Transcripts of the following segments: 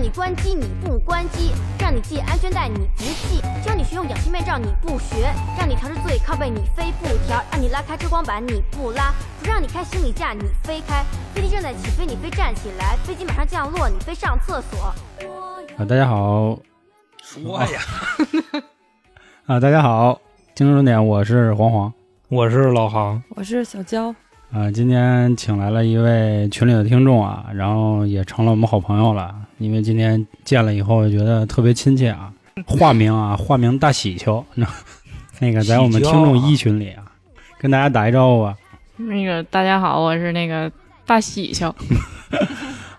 你关机你不关机，让你系安全带你不系，教你学用氧气面罩你不学，让你调至最靠背你非不调，让你拉开遮光板你不拉，不让你开行李架你非开，飞机正在起飞你非站起来，飞机马上降落你非上厕所。啊，大家好说呀，啊，大家好，精神论点，我是黄黄我是老航，我是小娇，啊，今天请来了一位群里的听众啊，然后也成了我们好朋友了，因为今天见了以后觉得特别亲切啊，化名啊， 化名大喜球，那 那个在我们听众一群里啊，跟大家打一招呼吧，那个大家好，我是那个大喜庆，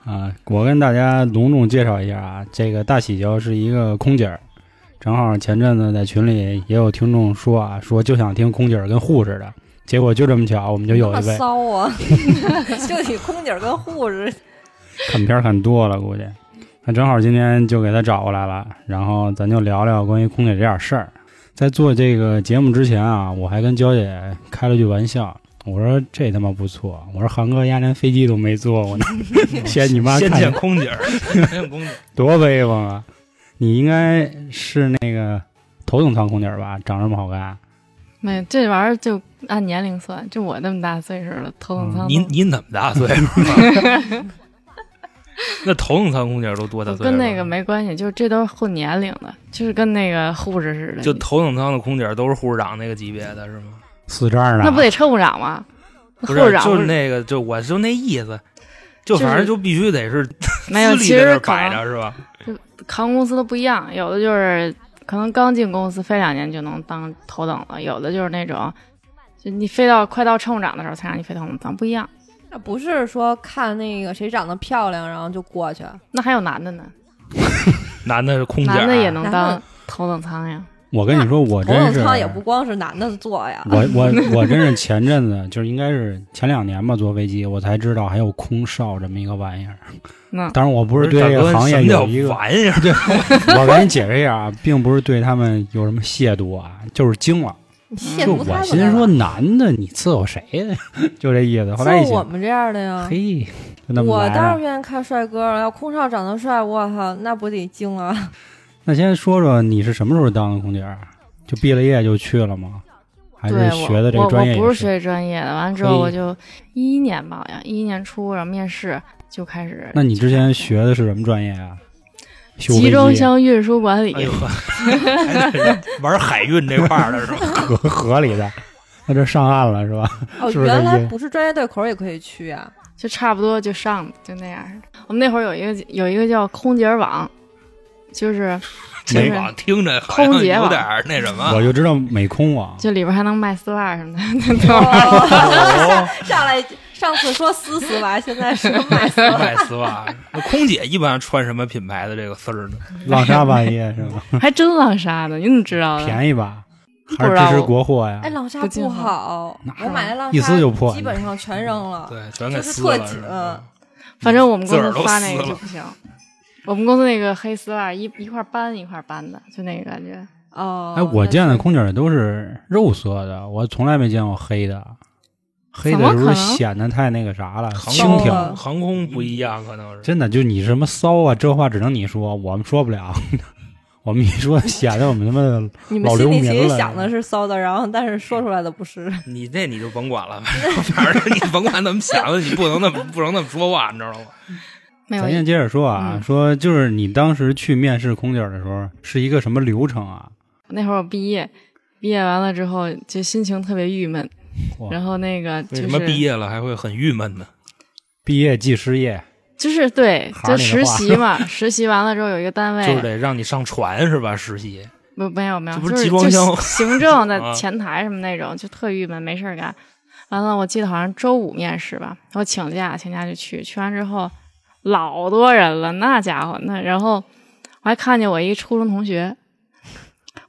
啊，我跟大家隆重介绍一下啊，这个大喜椒是一个空姐儿，正好前阵子在群里也有听众说啊，说就想听空姐儿跟护士的，结果就这么巧，我们就有这么一位骚 啊！就你空姐儿跟护士，看片儿看多了，估计，那正好今天就给他找过来了，然后咱就聊聊关于空姐这点事儿。在做这个节目之前啊，我还跟娇姐开了句玩笑，我说这他妈不错，我说韩哥丫连飞机都没坐过呢， 嫌你妈先看见空姐儿， 先见空姐儿，多威风啊！你应该是那个头等舱空姐吧？长这么好看，没有这玩意儿就按年龄算，就我那么大岁数了，头等舱都、嗯您您怎么大岁数啊？ 那头等舱空姐儿都多大岁数？啊跟那个，没关系，就这都是混年龄的，就是跟那个护士似的，就头等舱的空姐儿都是护士长那个级别的是吗？四十二呢？那不得乘务长吗？不护是士，长就是那个，就我就那意思，就反正就必须得是没有，资历其在那实儿可摆能着是吧？航空公司都不一样，有的就是可能刚进公司飞两年就能当头等了，有的就是那种就你飞到快到乘务长的时候才让你飞头等舱，不一样。那不是说看那个谁长得漂亮，然后就过去。那还有男的呢，男的是空姐儿，啊男的也能男的当头等舱呀。我跟你说，我头真等是啊舱也不光是男的坐呀，我我我真是前阵子就是应该是前两年吧，坐飞机我才知道还有空少这么一个玩意儿。那当然，我不不是对大这哥个行业什么叫有一个，玩意儿，我给你解释一下啊，并不是对他们有什么亵渎啊，就是惊了。你亵就渎他我们心说，了男的你伺候谁呀？ 就这意思。后来一就我想，们这样的呀。嘿，就那么我来倒啊是愿意看帅哥了，要空少长得帅，我操，那不得惊啊了？那先说说你是什么时候当的空姐儿？啊就毕了业就去了吗？还是对我学的这个专业我？也我不是学这专业的，完了之所以后我就一一年吧，好像一一年初，然后面试就开始。那你之前学的是什么专业啊？修集飞装机啊箱运输管理，哎 呦呵，还得玩海运这块儿的是吧？河 河里的，那这上岸了是吧？哦，是不是原来这意思不是专业对口也可以 去啊？就差不多就上就那样。我们那会儿有一个有一个叫空姐网， 就是这没网听着好像空姐有网点儿那什啊么我。就知道美空网，就里边还能卖丝袜什么的。哦上来上次说丝丝袜，现在说 买 丝袜卖丝袜，那空姐一般穿什么品牌的这个丝儿呢？浪莎半夜是吧？还真浪莎呢，你怎么知道的？便宜吧？还啊不是支知道持国货呀哎，？浪莎不进不口好，我买那浪莎啊一撕就破基本上全扔了。对，全给就是撕特嗯了。紧是吧嗯反正我们公自个儿司都发那个撕了就不行。我们公司那个黑丝袜一一块搬一块搬的，就那个感觉。哦，哎，我那见的是空姐都是肉色的，我从来没见过黑的。黑的怎么是不可是能显得太那个啥了，航轻空佻？啊航空不一样，可能是真的，就你什么骚啊，这话只能你说，我们说不了。 我们一说显得我们他妈你们老流心里其民实了想的是骚的，然后但是说出来的不是。你那你就甭管了，反 正反正你甭管怎么想的，你不能那么不能那么说话，你知道吗？没有咱先接着说啊，哎嗯说就是你当时去面试空姐的时候是一个什么流程啊？那会儿我毕业，毕业完了之后就心情特别郁闷哇，然后那个 为就什么是毕业了还会很郁闷呢？毕业即失业，就是对，行就里的实话习嘛，实习完了之后有一个单哎位，就是得让你上船是吧？实 习不没有没有，这不是就是集装箱就行政 在啊前台什么那种，就特郁闷，没事儿干。完了，我记得好像周五面试吧，我请假，请假就去，去完之后老多人了，那家伙那，然后我还看见我一初中同学，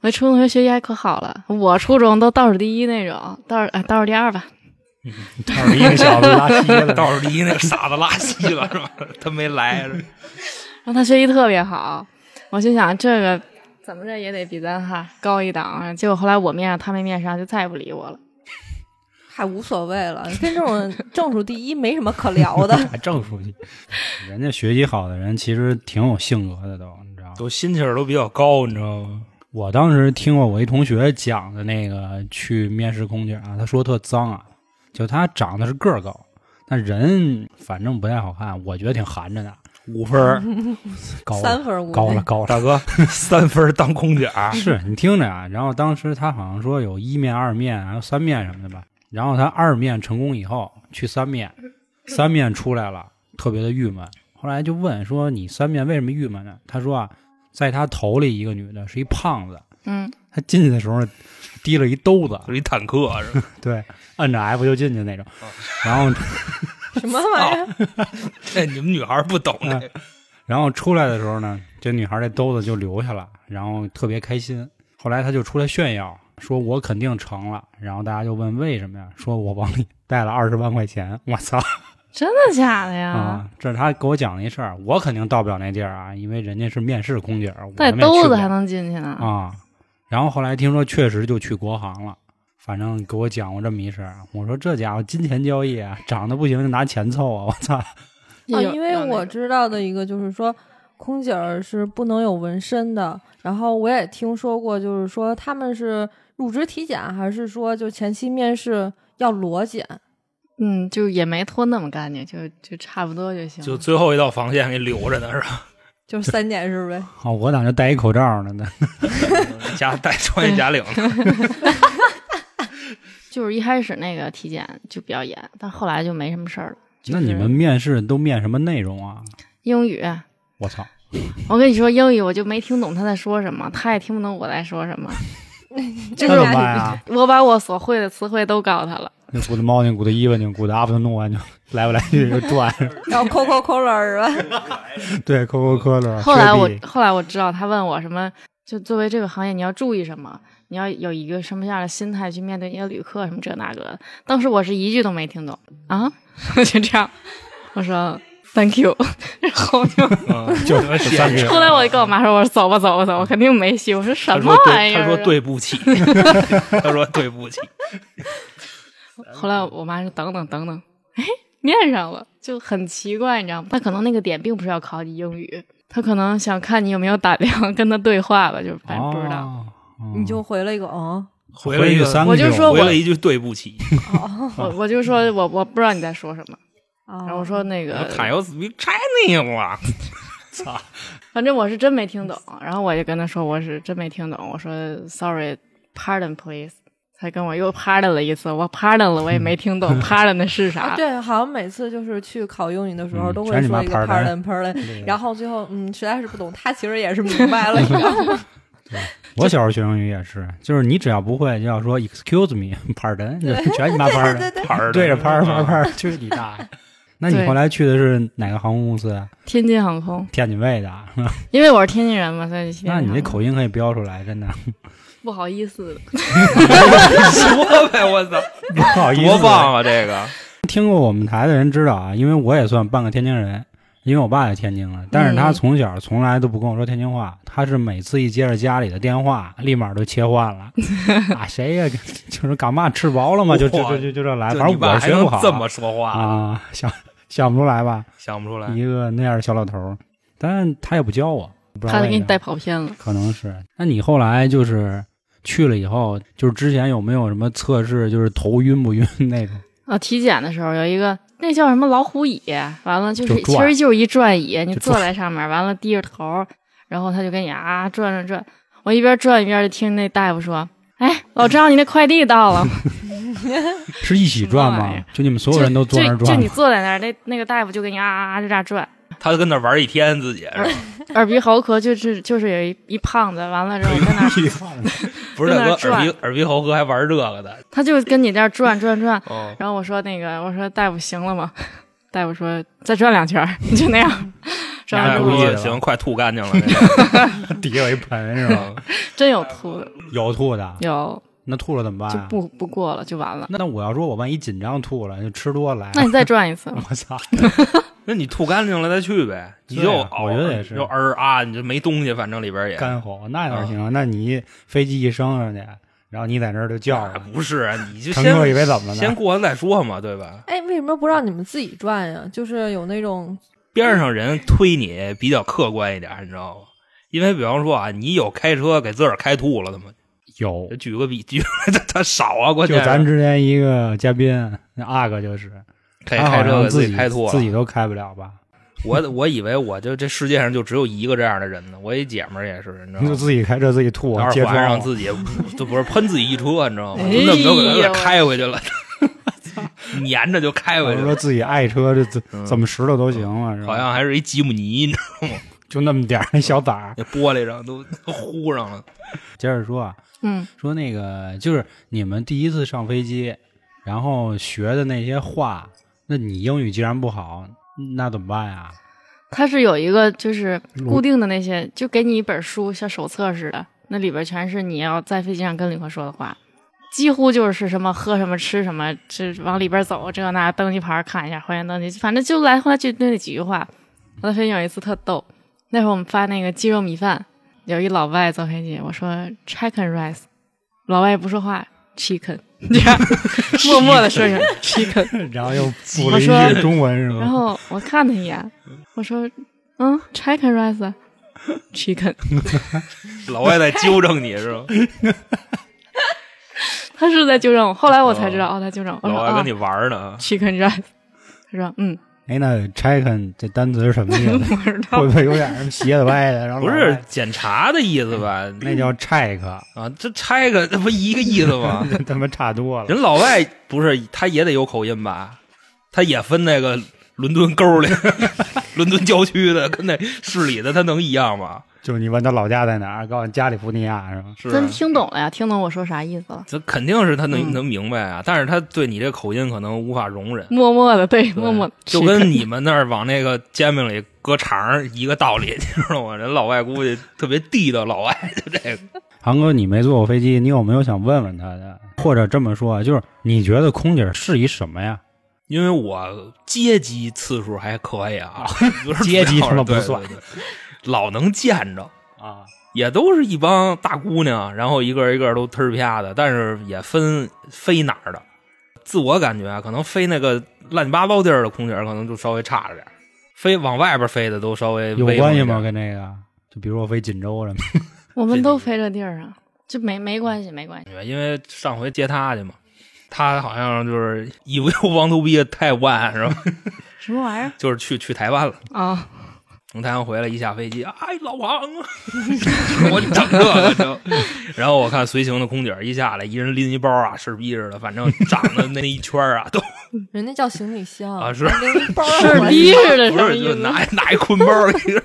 我一初中同学学习还可好了，我初中都倒数第一那种，倒数、哎倒数第二吧，二十一个小子拉稀了， 倒数第一那个傻子拉稀了是吧？他没来是吧然后他学习特别好，我心想这个怎么着也得比咱哈高一档啊。结果后来我面上他没面上，就再也不理我了。还无所谓了， 跟这种正数第一没什么可聊的。还正书记，人家学习好的人其实挺有性格的都，你知道吗？都心气儿都比较高，你知道吗？我当时听过我一同学讲的那个去面试空姐啊，他说特脏啊，就他长得是个儿高，但人反正不太好看，我觉得挺寒碜的，五分儿，高了三分儿无高了奈，高了。大 哥，三分儿当空姐儿， 是你听着啊，然后当时他好像说有一面、二面，还有三面什么的吧。然后他二面成功以后去三 面，三面出来了，特别的郁闷。后来就问说你三面为什么郁闷呢？他说啊，在他头里一个女的是一胖子，嗯，他进去的时候提了一兜子，就是一坦克是吧？ 对，哦摁着 F 就进去那种。然后什么玩意儿？这哎你们女孩儿不懂这个，然后出来的时候呢，这女孩这兜子就留下了，然后特别开心。后来她就出来炫耀，说我肯定成了。然后大家就问为什么呀？说我往里带了二十万块钱。我操真的假的呀？啊！这是她给我讲的一事儿，我肯定到不了那地儿啊，因为人家是面试空姐儿，我带他妈也去不兜子了还能进去呢？啊。然后后来听说确实就去国航了，反正给我讲过这么一事儿。我说这家伙金钱交易啊，长得不行就拿钱凑啊！我操，啊， 有因为有那我个知道的一个就是说，空姐儿是不能有纹身的。然后我也听说过，就是说他们是入职体检，还是说就前期面试要裸检？嗯，就也没脱那么干净，就就差不多就行。就最后一道防线给留着呢，是吧？就是三点 是呗。啊我咋就戴一口罩呢呢？假带穿一假领呢，就是一开始那个体检就比较严，但后来就没什么事儿了。那你们面试都面什么内容啊？英语，我操！我跟你说英语，我就没听懂他在说什么，他也听不懂我在说什么。这那个怎么办呀？我把我所会的词汇都告他了。那 good morning, good evening, good afternoon 就来不来去就转，然后扣扣扣了是吧？对，可口可啊乐。后来我雪碧后来我知道他问我什么，就作为这个行业你要注意什么，你要有一个什么样的心态去面对你的旅客什么这那个的。当时我是一句都没听懂啊， 我就这样，我说 thank you，然 后就嗯就就三个人后来我就跟我妈说，我说走吧走吧走吧，我肯定没戏。我说什他么说玩对，意儿？啊他说。对不 起，他说对不起，后来我妈说等等等等，哎，面上了，就很奇怪，你知道吗？他可能那个点并不是要考你英语，他可能想看你有没有胆量跟他对话吧，就反正不知道。哦哦你就回了一个嗯，回了一个三个，我就说回了一句对不起。 我我就说我我不知道你在说什么，然然后我说那个，哦 Can you speak Chinese 啊？反正我是真没听懂，然后我就跟他说我是真没听懂，我说 sorry，pardon please，他跟我又 pardon 了一次，我 pardon 了 我也没听懂 pardon 的 是啥啊，，对，好像每次就是去考英语的时候嗯都会全是你说妈一个 pardon pardon pardon，然后最后嗯实在是不懂，他其实也是明白了，你知道 吗？我小时候学英语也是，就是你只要不会就要说 excuse me, pardon，就全你妈 pardon，对对对盘儿嗯对着 pardon pardon pardon，去你大爷！那你对后来去的是哪个航空公司啊？天津航空，天津卫的啊，因为我是天津人嘛，所以那你这这口音可以标出来，真的不好意思， 说呗，我操，不好意思。多棒啊！这个听过我们台的人知道啊，因为我也算半个天津人，因为我爸在天津了，但是嗯他从小从来都不跟我说天津话，他是每次一接着家里的电话，立马就切换 了，啊，谁呀、 就是干嘛吃饱了吗？就就就就就这来，就哎反你正爸我还学不能好这么说话，啊，想想不出来吧？想不出来。一个那样的小老头儿，但是他也不教我，不知道差点给为你啥带跑偏了。可能是。那你后来就是去了以后，就是之前有没有什么测试，就是头晕不晕那种？啊，体检的时候有一个那叫什么老虎椅，完了就是就其转实就是一转椅，你就坐转在上面，完了低着头，然后他就跟你啊转转转，我一边转一边就听那大夫说。哎，老张，你那快递到了。是一起转什么玩意吗儿？就你们所有人都坐那儿就就转你吗？坐在那儿，那那个大夫就给你啊啊啊就这样转，他跟那玩一天，自己是呃吧耳鼻喉科就是就是有一一胖子，完了之后在那儿，哎不是大在那哥儿耳鼻耳鼻喉科还玩这个的，他就跟你这儿转转转，哦，然后我说那个，我说大夫行了吗？大夫说再转两圈儿，你就那样。 转那完大之估后计哥了行，快吐干净了这底下有一盆是 个，吧？嗯真有吐的，有吐的，有那吐了怎么办就啊？不不过了，就完了。那我要说，我万一紧张吐了，就吃多了来那了，，你再转一次 我操！那你吐干净了再去呗，你就对啊嗷我觉得也是就儿啊，你就没东西，反正里边也干吼，那哪行啊？那你一飞机一升上去，然后你在那儿就叫啊不是啊， 你就乘先客以为怎么了呢先过完再说嘛，对吧？哎，为什么不让你们自己转呀？就是有那种边上人推你比较客观一点，你知道吗？因为比方说啊，你有开车给自个儿开吐了的吗？有就，举个 比，举他他少啊，关键就是咱之前一个嘉宾那阿哥就是，开他好开车像给自己开吐了，自己都开不了吧，我我以为我就这世界上就只有一个这样的人呢，我一姐们儿也是，你知道就吗？自己开车自己吐，二揭环穿让了自己 就不是喷自己一车，你知道吗？哎就那么着给呦他开回去了， 粘着就开我回是去说了，自己爱车，这怎嗯怎么拾掇都行了，是吧好像还是一吉姆尼，你知道就那么点儿那小崽儿。那玻璃上都都糊上了。接着说啊，嗯，说那个就是你们第一次上飞机，然后学的那些话，那你英语既然不好，那怎么办呀？它是有一个就是录固定的那些，就给你一本书，像手册似的，那里边全是你要在飞机上跟旅客说的话，几乎就是什么喝什么吃什么，这往里边走这那登机牌看一下，欢迎登机，反正就来回来去那几句话。我在飞机上有一次特逗，那会儿我们发那个鸡肉米饭，有一老外坐飞机，我说 chicken rice，老外也不说话，chicken，这 样默默的说一声 chicken。 然后又补了一我句说中文是吗？然后我看他一眼，我说：“嗯，chicken rice。” chicken， 老外在纠正你是吧？他是在纠正我。后来我才知道，哦，他纠正我。我老说外啊跟你玩呢， ，chicken rice。他 说：“嗯，哎，那 chicken 这单词是什么意思？ 不知道啊会。不会有点什么斜的歪的？然后不哦老是外嗯检查的意思吧？那叫 check，啊，这拆个那不一个意思 吗？这 他妈差多了。人老外不是他也得有口音吧？他也分那个伦敦沟里、 伦敦郊区的跟那市里的，他能一样吗？就是你问他老家在哪儿，告诉你加利福尼亚是吗？是真听懂了呀，听懂我说啥意思了，这肯定是他能、嗯能明白啊，但是他对你这口音可能无法容忍，默默的，对，对默默地就跟 chicken 你们那儿往那个煎饼里搁肠儿一个道理， 你知道吗？人老外估计特别地道，老外就这个航哥，你没坐过飞机，你有没有想问问他的？或者这么说啊，就是你觉得空姐是一什么呀？因为我接机次数还可 以啊，就是接机他妈不对算对对老能见着。啊，也都是一帮大姑娘，然后一个一个都忒儿啪的，但是也分飞哪儿的。自我感觉啊可能飞那个乱七八糟地儿的空姐儿可能就稍微差着点儿，飞往外边飞的都稍微有威风关一系点吗？？跟这个？就比如我飞锦州什么的，我们都飞这地儿啊，就没没关系，没关系。因为上回接她去嘛，她好像就是一 v o want to be Taiwan 是吧？什么玩意儿 就是去去台湾了，啊？从台湾回来一下飞机，哎，老王， 我整这个就。 然后我看随行的空姐儿一下来，一人拎一包啊，是逼似的，反正长得那一圈儿啊， 都人家叫行李箱啊是拎包儿是回来逼似的，不什么是，意就思？拿拿一捆包儿，一个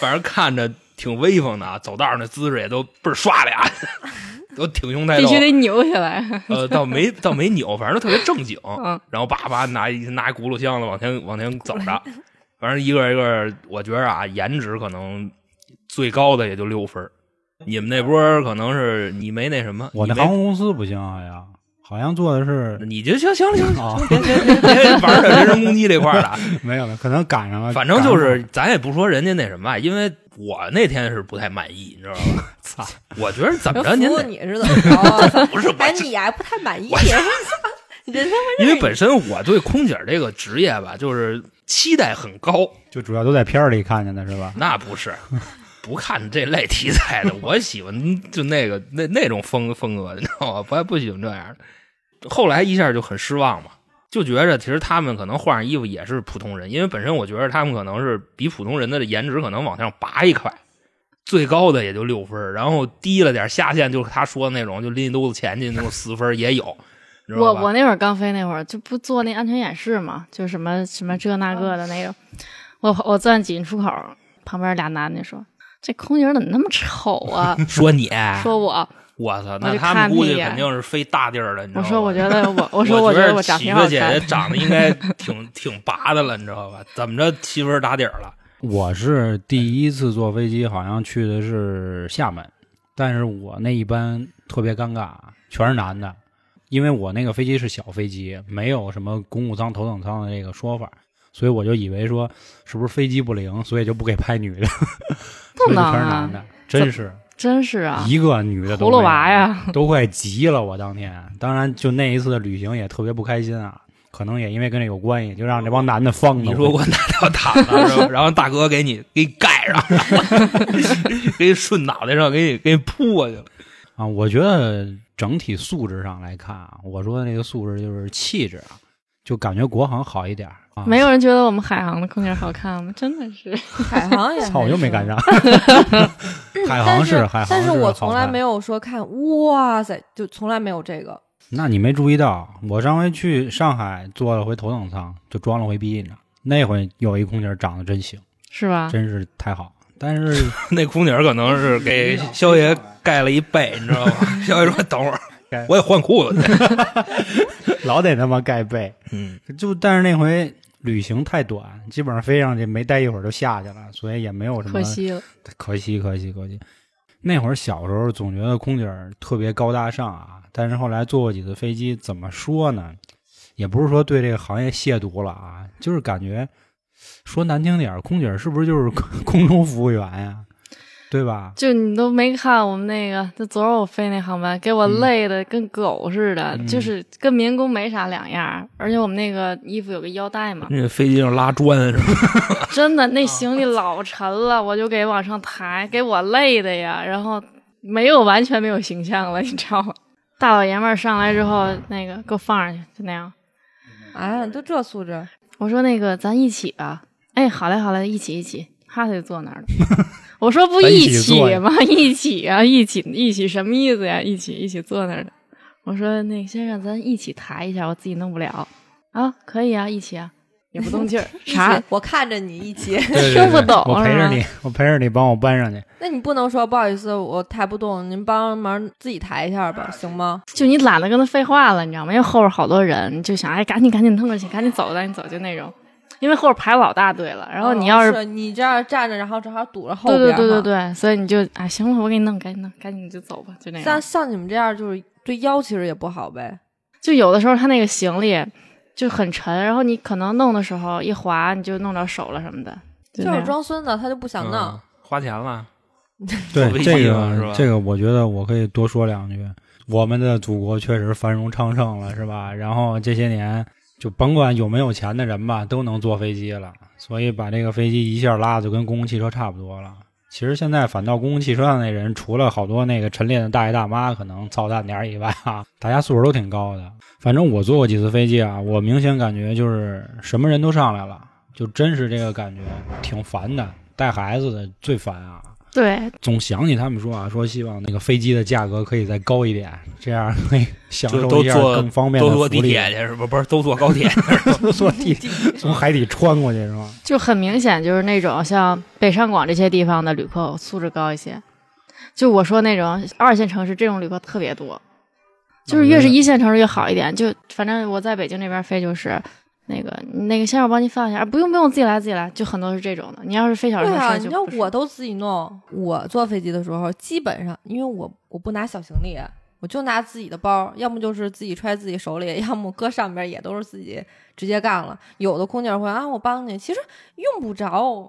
反正看着挺威风的啊，走道儿那姿势也都倍儿刷俩， 都挺胸抬必头须。得扭起来。 呃，倒没倒没扭，反正都特别正经。嗯然后叭叭拿一拿一轱辘箱子往前往前走着，反正一个一个，我觉着啊，颜值可能最高的也就六分儿。你们那波儿可能是你没那什么，我那你航没，空公司不行，好像好像做的是你就行行了行了，啊，别别别别玩这人身攻击这块儿 了啊。没有了，可能赶上了。反正就赶上是了，咱也不说人家那什么，因为我那天是不太满意，你知 道吧？操，我觉得怎么着人您服务得你是怎么着啊？ 不是我哎，这，你还不太满意我， 人家因为本身我对空姐这个职业吧，就是期待很高。就主要都在片儿里看见的是吧？那不是， 不看这类题材的，我喜欢就那个那那种风风格的，你知道吗？不不喜欢这样的。后来一下就很失望嘛，就觉着其实他们可能换上衣服也是普通人，因为本身我觉得他们可能是比普通人的颜值可能往上拔一块，最高的也就六分儿，然后低了点儿下限就是他说的那种就拎一兜子钱进那种四分儿也有，你知我道吧？我那会儿刚飞那会儿就不做那安全演示嘛，就什么什么这那个的那个。我我钻紧出口，旁边俩男的说：“这空姐怎么那么丑 啊说你，？”哎说我，我操，我那就他们看他估一计眼肯定是飞大地儿的，你知道我吗？说我觉得我 我说我我觉觉得我长喜挺哥好姐姐看，长得应该挺 挺拔的了，你知道吧？怎么着七分打底儿了？我是第一次坐飞机，好像去的是厦门，但是我那一班特别尴尬，全是男的，因为我那个飞机是小飞机，没有什么公务舱、头等舱的这个说法，所以我就以为啊说是不是飞机不灵，所以就不给拍女的，所以就全是男的，真是真是啊，一个女的都葫芦没有 娃呀，都快急了。我当天，当然就那一次的旅行也特别不开心啊，可能也因为跟这有关系，就让这帮男的放你的。说我拿条毯子，是吧然后 大哥给你给你盖上， 给你顺脑袋上，给你给你扑过去了。啊，我觉得整体素质上来看啊，我说的那个素质就是气质啊，就感觉国航好一点儿啊。没有人觉得我们海航的空姐好看吗？真的是，海航也操，我又没赶赶上。上。 海航嗯但是海航，但是我从来有。没有说看，哇塞，就从来没有这个。那你没注意到，我上回去上海坐了回头等舱，就装了回逼呢。那回有一空姐长得真行，是吧？真是太好。但是那空姐儿可能是给肖爷盖了一被，你知道吗？ 肖爷说：“等会儿，我也换裤子去。老得他妈盖被，”嗯，就但是那回旅行太短，基本上飞上去没待一会儿就下去了，所以也没有什么可惜了，可惜，可惜，可惜。那会儿小时候总觉得空姐儿特别高大上啊，但是后来坐过几次飞机，怎么说呢？也不是说对这个行业亵渎了啊，就是感觉说难听点儿，空姐儿是不是就是 空中服务员呀、对吧？就你都没看我们那个，就昨儿我飞那航班，给我嗯累的跟狗似的，嗯就是跟民工没啥两样儿。而且我们那个衣服有个腰 带嘛，那个飞机上拉砖是吧？真的那行李老沉了，我就给往上抬，给我累的呀。然后没有完全没有形象了，你知道吗？大老爷们儿上来之后，那个给我放上去，就那样。哎，都这素质，我说那个咱一起吧。哎，好嘞好嘞，一起一起。哈，他就坐那儿了。我说不咱一一起坐呀起吗？ 一起啊，一起一起什么意思呀？一起一起坐那儿的。我说那个先生，咱一起抬一下，我自己弄不了啊。可以啊，一起啊，也 不动劲儿，一啥起？我看着你一起。对对对 听不懂我陪着是你，我陪着你，帮我搬上去。那你不能说不好意思，我抬不动，您帮忙自己抬一下啊吧，行吗？就你懒得跟他废话了，你知道吗？因为后边好多人，你就想哎，赶紧赶紧弄过去，赶紧走，赶紧走，就那种。因为后边排老大队了，然后你要哦是是你这样站着，然后正好堵着后对边对哈，对对对，所以你就啊，行了，我给你弄，赶紧弄，赶紧就走吧，就那像样。像你们这样，就是对腰其实也不好呗。就有的时候他那个行李就很沉，然后你可能弄的时候一滑，你就弄着手了什么的。就就那是样装孙子，他就不想弄嗯。 花钱了，对坐飞这机嘛是个吧这个，我觉得我可以多说两句。我们的祖国确实繁荣昌盛了，是吧？然后这些年就甭管有没有钱的人吧，都能坐飞机了，所以把这个飞机一下拉就跟公共汽车差不多了。其实现在反倒公共汽车上那人，除了好多那个晨练的大爷大妈可能操蛋点儿以外啊，大家素质都挺高的。反正我坐过几次飞机啊，我明显感觉就是什么人都上来了，就真是这个感觉，挺烦的。带孩子的最烦啊，对，总想起他们说啊，说希望那个飞机的价格可以再高一点，这样可以享就受都一下坐更方便的都福坐利。地铁去是吧？不是，都坐高铁。都坐 地，从海底穿过去是吗？就很明显就是那种像北上广这些地方的旅客素质高一些。就我说那种二线城市这种旅客特别多，就是越是一线城市越好一点。就反正我在北京这边飞就是。那个那个，先生，我帮您放一下，啊不用不用，自己来自己来，就很多是这种的。你要是飞小城对市，啊，就你知道不是我都自己弄。我坐飞机的时候，基本上因为我我不拿小行李，我就拿自己的包，要么就是自己揣自己手里，要么搁上边也都是自己直接干了。有的空姐会啊，我帮你，其实用不着。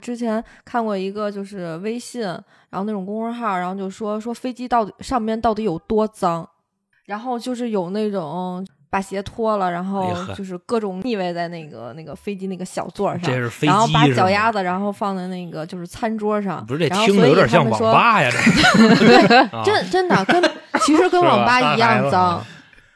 之前看过一个就是微信，然后那种公众号，然后就说说飞机到底上面到底有多脏，然后就是有那种把鞋脱了，然后哎呵就是各种腻歪在那个那个飞机那个小座上，这是飞机然后把是吗脚丫子，然后放在那个就是餐桌上。不是这然后听着所以有点他像们网说，吧 呀？这啊真真的 跟其实是跟吧网吧一样脏。啊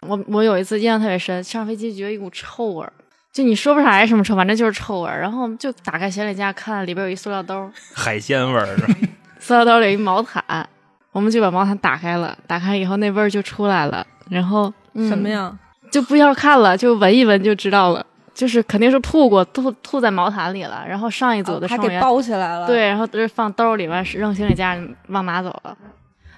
我我有一次印象特别深，上飞机觉得一股臭味儿，就你说不上来什么臭，反正就是臭味儿。然后就打开行李架，看里边有一塑料兜儿，海鲜味儿是吧？塑料兜里有一毛毯，我们就把毛毯打开了，打开以后那味儿就出来了，然后、嗯什么呀？就不要看了，就闻一闻就知道了，就是肯定是吐过，吐吐在毛毯里了。然后上一组的啊还成哦给员、包起来了。对，，然后就是放兜里面，扔行李架忘拿走了，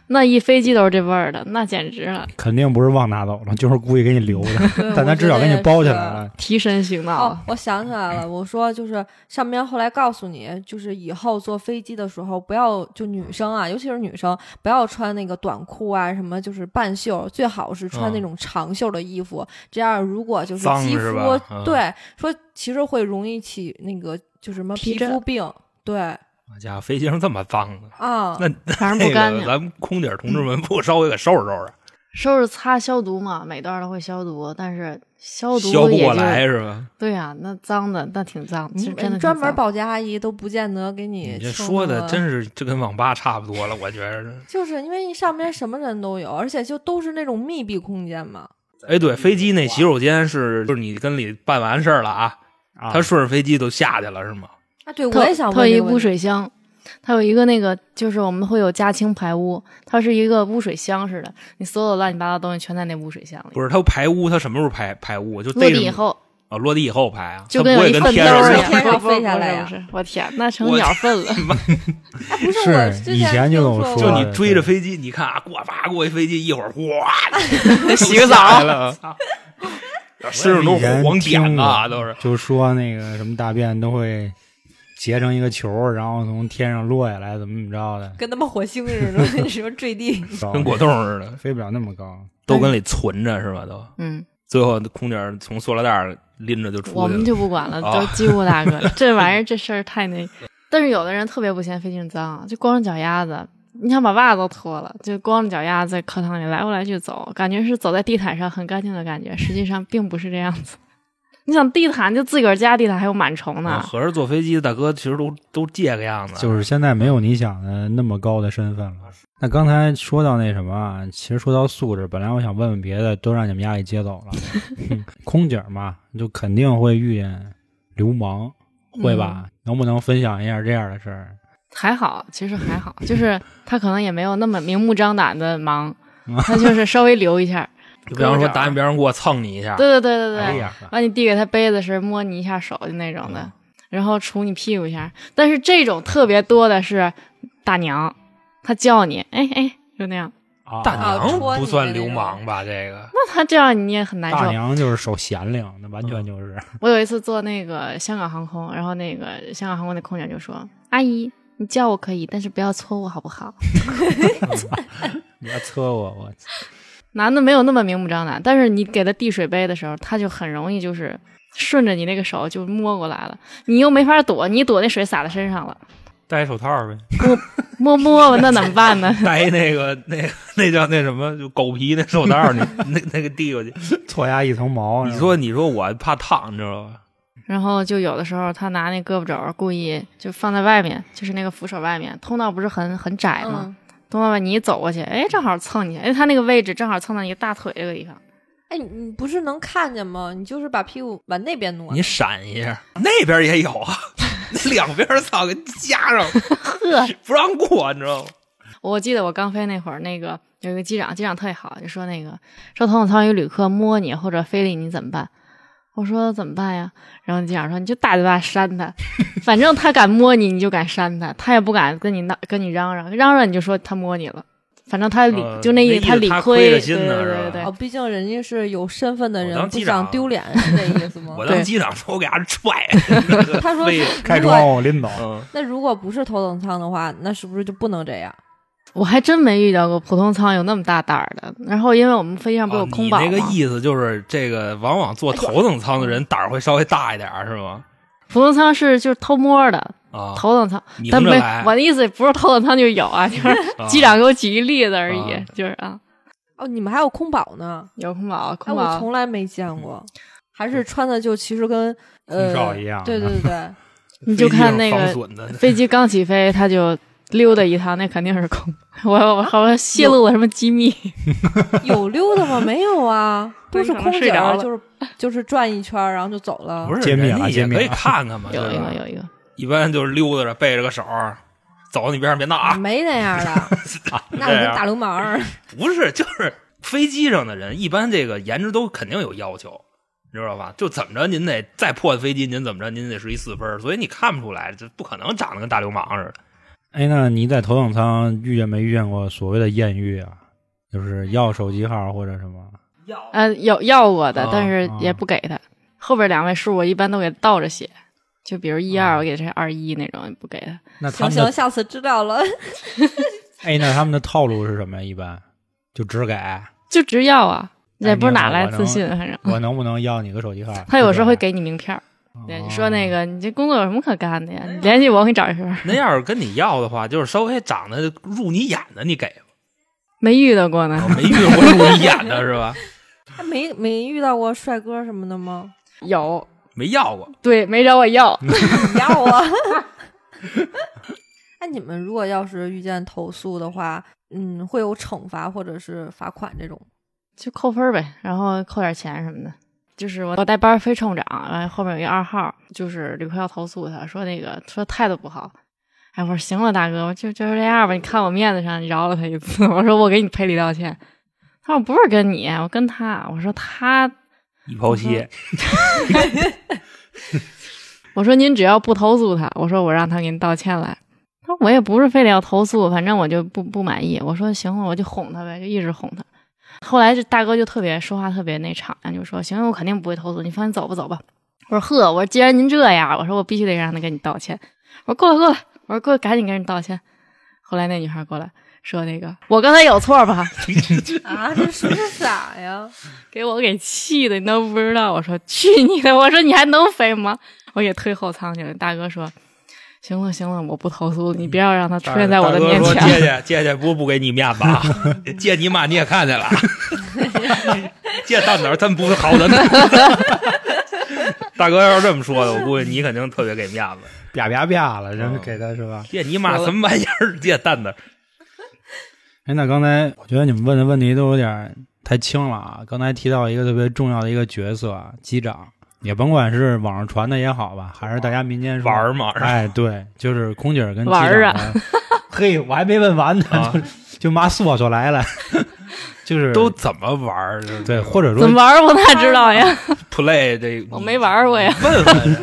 那一飞机都是这味儿的，那简直了，肯定不是忘拿走了，就是故意给你留的对，但他我至少给觉得你也包起是来了。提神醒脑。哦，我想起来了，我说就是上面后来告诉你，就是以后坐飞机的时候不要就女生啊，尤其是女生不要穿那个短裤啊，什么就是半袖，最好是穿那嗯种长袖的衣服，这样如果就是脏肌是肤吧嗯对说其实会容易起那个就是什么皮皮疹肤病，对。好啊家伙，飞机上这么脏呢，啊，那反 正那不干净个。咱们空姐同志们不稍微给收拾收拾，收拾擦消毒嘛，每段都会消毒，但是消毒消不也过就来是吧？对呀、那脏的那挺脏，其实真的嗯挺专门脏保洁阿姨都不见得给你你这收说那的个真是就跟网吧差不多了，我觉着。就是因为上边什么人都有，而且就都是那种密闭空间嘛。哎，对，飞机那洗手间是就是你跟里办完事儿了啊，啊他顺着飞机都下去了是吗？啊，对，特我也想特问一这个问污题水箱，它有一个那个，就是我们会有家清排污，它是一个污水箱似的，你所有乱七八糟的东西全在那污水箱里。不是，他排污，他什么时候排排污？就落逮地以着后，啊，落地以后排啊，就他不有会一跟粪兜天儿上一上样，天上不是飞下不是来呀不是，我天，那成我鸟粪了。哎，不是我之以前前就听有说说就过你追着飞机，你看啊，过啪过一飞机，一会儿哗， 洗来个澡，了，啊操身上都是黄点啊，都是。就说那个什么大便都会结成一个球，然后从天上落下来，怎么怎么着的，跟他妈火星 似的，你说坠地，哦跟果冻似的，飞不了那么高。都跟里存着是吧？都嗯，最后空姐儿从塑料袋儿拎着就我出去们了。就不管了，啊都机务大 哥了，这玩意儿这事儿太那。但是有的人特别不嫌飞机上脏，啊就光着脚丫子，你想把袜子都脱了，就光着脚丫子在课堂里来回来去走，感觉是走在地毯上很干净的感觉，实际上并不是这样子。你想地毯就自个儿家地毯还有螨虫啊呢，合着坐飞机的大哥其实都都这个样子，啊就是现在没有你想的那么高的身份了。那刚才说到那什么啊，其实说到素质，本来我想问问别的，都让你们丫给接走了。哼空姐嘛，就肯定会遇见流氓，会吧？能不能分享一下这样的事儿？还好，其实还好，就是他可能也没有那么明目张胆 的忙，他就是稍微留一下。就比方说打你边上过蹭你一下，对对对对对，哎呀，把你递给他杯子时摸你一下手就那种的，嗯然后杵你屁股一下。但是这种特别多的是大娘，她叫你，哎哎，就那样。啊大啊娘戳不你算的那流种氓吧？这个那她这样你也很难大受。娘就是手闲灵，那完全就是我有一次坐那个香港航空，然后那个香港航空的空姐就说：“阿姨，你叫我可以，但是不要搓我好不好？”你要测我，我操男的没有那么明目张胆，但是你给他递水杯的时候，他就很容易就是顺着你那个手就摸过来了，你又没法躲，你一躲那水洒他身上了，戴手套呗，摸摸吧，那怎么办呢？ 戴一那个 那个那叫那什么，就狗皮那手套，你那那个递过去。搓牙一层毛。你说你说我怕烫，你知道吧？然后就有的时候他拿那胳膊肘儿故意就放在外面，就是那个扶手外面，通道不是很很窄吗？嗯，通道外你一走过去，哎，正好蹭你，哎，他那个位置正好蹭到你的大腿这个地方，哎，你你不是能看见吗？你就是把屁股往那边挪你，闪一下，那边也有啊， 那两边儿操给夹上，不让过，你知道吗？我记得我刚飞那会儿，那个有一个机长，机长特别好，就说那个说头等舱有旅客摸你或者非礼你怎么办？我说怎么办呀？然后机长说你就大嘴巴扇他，反正他敢摸你，你就敢扇他，他也不敢跟你闹跟你嚷嚷，嚷嚷你就说他摸你了，反正他理、呃就那那意意思他理他亏，亏对着对心呢对是吧对对哦，，毕竟人家是有身份的我人当，不机想长丢脸，是这意思吗 我？当对机长说，我给他 踹。他说飞是开如窗果户拎走，嗯，那如果不是头等舱的话，那是不是就不能这样？我还真没遇到过普通舱有那么大胆儿的。然后因为我们飞机上不是有空保哦吗？你那个意思就是，这个往往坐头等舱的人胆儿会稍微大一点儿，是吗？普通舱是就是偷摸的，啊，头等舱拧但着没来我的意思不是头等舱就有啊，就是啊机长给我举一例子而已，啊就是啊，哦，你们还有空保呢？有空保，哎，空我保从来没见嗯过，还是穿的就其实跟呃空少一样 对对对对，你就看那飞个嗯机上防损的飞机刚起飞他就溜达一趟，那肯定是空。 我我好像泄露了什么机密，有溜达吗？没有 啊，都是可能空睡姐着儿，了就是就是转一圈儿，然后就走了。不是揭秘了人家也揭秘可以了看看嘛，有哦对一吧个有一个，一般就是溜达着背着个手儿，走到你边上别闹啊，没那样的， 那 这得啊样跟大流氓儿。不是，就是飞机上的人，一般这个颜值都肯定有要求，你知道吧？就怎么着，您得再破的飞机，您怎么着，您得是一四分儿，所以你看不出来，这不可能长得跟大流氓似的。哎，那你在头等舱遇见没遇见过所谓的艳遇啊？就是要手机号或者什么？呃，有要过的啊，但是也不给他。后边两位数我一般都给倒着写，就比如一啊哦二，我给这二一那种不给他。那他行们行，的下次知道了。 哎，那他们的套路是什么呀？一般就只给就直要啊，哎也不是你好啊哪来我能自信，反正我能不能要你个手机号？嗯 他有时候会就这样给你名片儿，对，你说哦那个，你这工作有什么可干的呀？你联系我，我给你找一份儿。那要是跟你要的话，就是稍微长得入你眼的，你给吧。没遇到过呢我，没遇到过入你眼的是吧？他没没遇到过帅哥什么的吗？有没要 过，对没找我要， 你要啊？ 那你们如果要是遇见投诉的话，嗯，会有惩罚或者是罚款这种吗？就扣分儿呗，然后扣点钱什么的。就是我我带班儿飞冲长，然后后面有一二号，就是旅客要投诉他，说那个说态度不好。哎，我说行了，大哥，我就就是这样吧，你看我面子上，你饶了他一次。 我说我给你赔礼道歉。他说我不是跟你，我跟他。我说他一抛鞋， 我说您只要不投诉他，我说我让他给您道歉来。他说我也不是非得要投诉，反正我就不不满意。我说行，我就哄他呗，就一直哄他。后来这大哥就特别说话特别那场，就说行，我肯定不会投诉，你放心走吧走吧。我说呵，我说既然您这样，我说我必须得让他跟你道歉。我说过来过来，我说过来赶紧跟人道歉。后来那女孩过来说那个我刚才有错吧？啊，这是不是傻呀？给我给气的，你都不知道。我说 去你的！我说你还能飞吗？我也推后舱去了。大哥说：“行了行了，我不投诉了，你不要让他出现在我大的哥面说前。姐姐姐姐不不给你面子 啊，姐你妈你也看见了，姐到哪儿咱们不好咱们 大哥要是这么说的，我估计你肯定特别给面子。啪啪啪了，然后给嗯他是吧？姐你妈什么玩意儿？姐蛋的，哎，那刚才我觉得你们问的问题都有点太轻了啊。刚才提到一个特别重要的一个角色啊，机长，也甭管是网上传的也好吧，还是大家民间说玩儿嘛是吧哎，对，就是空姐儿跟机玩长儿啊的。嘿，我还没问完呢，啊就妈说就来了， 就是都怎么玩儿？对，或者 怎么说玩儿我哪知道呀？ play 这 我没玩过呀。问问，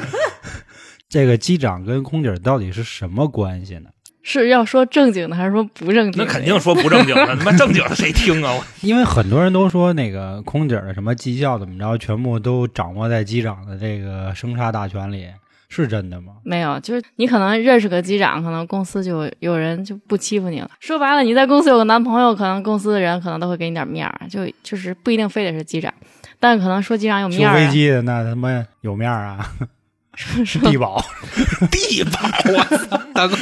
这个机长跟空姐儿到底是什么关系呢？是要说正经的还是说不正经的那呀？肯定说不正经 的，他妈正经的谁听啊？我因为很多人都说那个空姐儿的什么绩效怎么着，全部都掌握在机长的这个生杀大权里，是真的吗？没有，就是你可能认识个机长，可能公司就有有人就不欺负你了。说白了，你在公司有个男朋友，可能公司的人可能都会给你点面儿，就就是不一定非得是机长，但可能说机长有修面儿、飞啊。机的那他妈有面儿啊，说地保地保啊，大哥，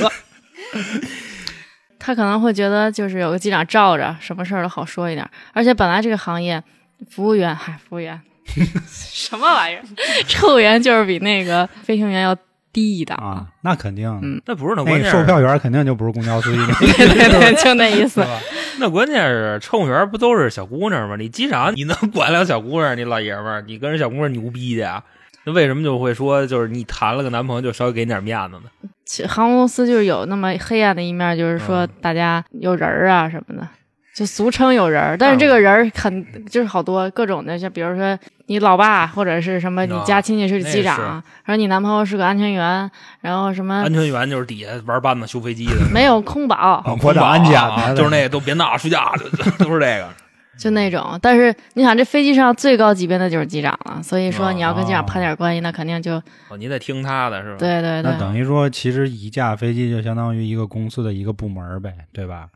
他可能会觉得就是有个机长罩着，什么事儿都好说一点儿。而且本来这个行业，服务员，嗨，服务员， 什么玩意儿？ 乘务员就是比那个飞行员要低一档。啊，那肯定的。嗯那不是那那关个键售是票员肯定就不是公交司机， 对对对，就那意是思。吧？ 那关键是乘务员不都是小姑娘吗？你机长你能管了小姑娘，你老爷们儿，你跟人小姑娘牛逼去啊？那为什么就会说就是你谈了个男朋友就稍微给你点面子呢？其航空公司就是有那么黑暗的一面，就是说嗯大家有人儿啊什么的，就俗称有人儿。但啊是这个人儿肯就是好多各种的，像比如说你老爸或者是什么，你啊家亲戚是那机长是，然后你男朋友是个安全员，然后什么安全员就是底下玩班子修飞机 的，没有空保， 啊国长安检啊的就是那个都别闹睡觉，就就都是这个。就那种。但是你想，这飞机上最高级别的就是机长了，所以说哦你要跟机长攀点关系，那肯定就哦，你得听他的是吧？对对那对等于说，其实一架飞机就相当于一个公司的一个部门儿呗，对吧？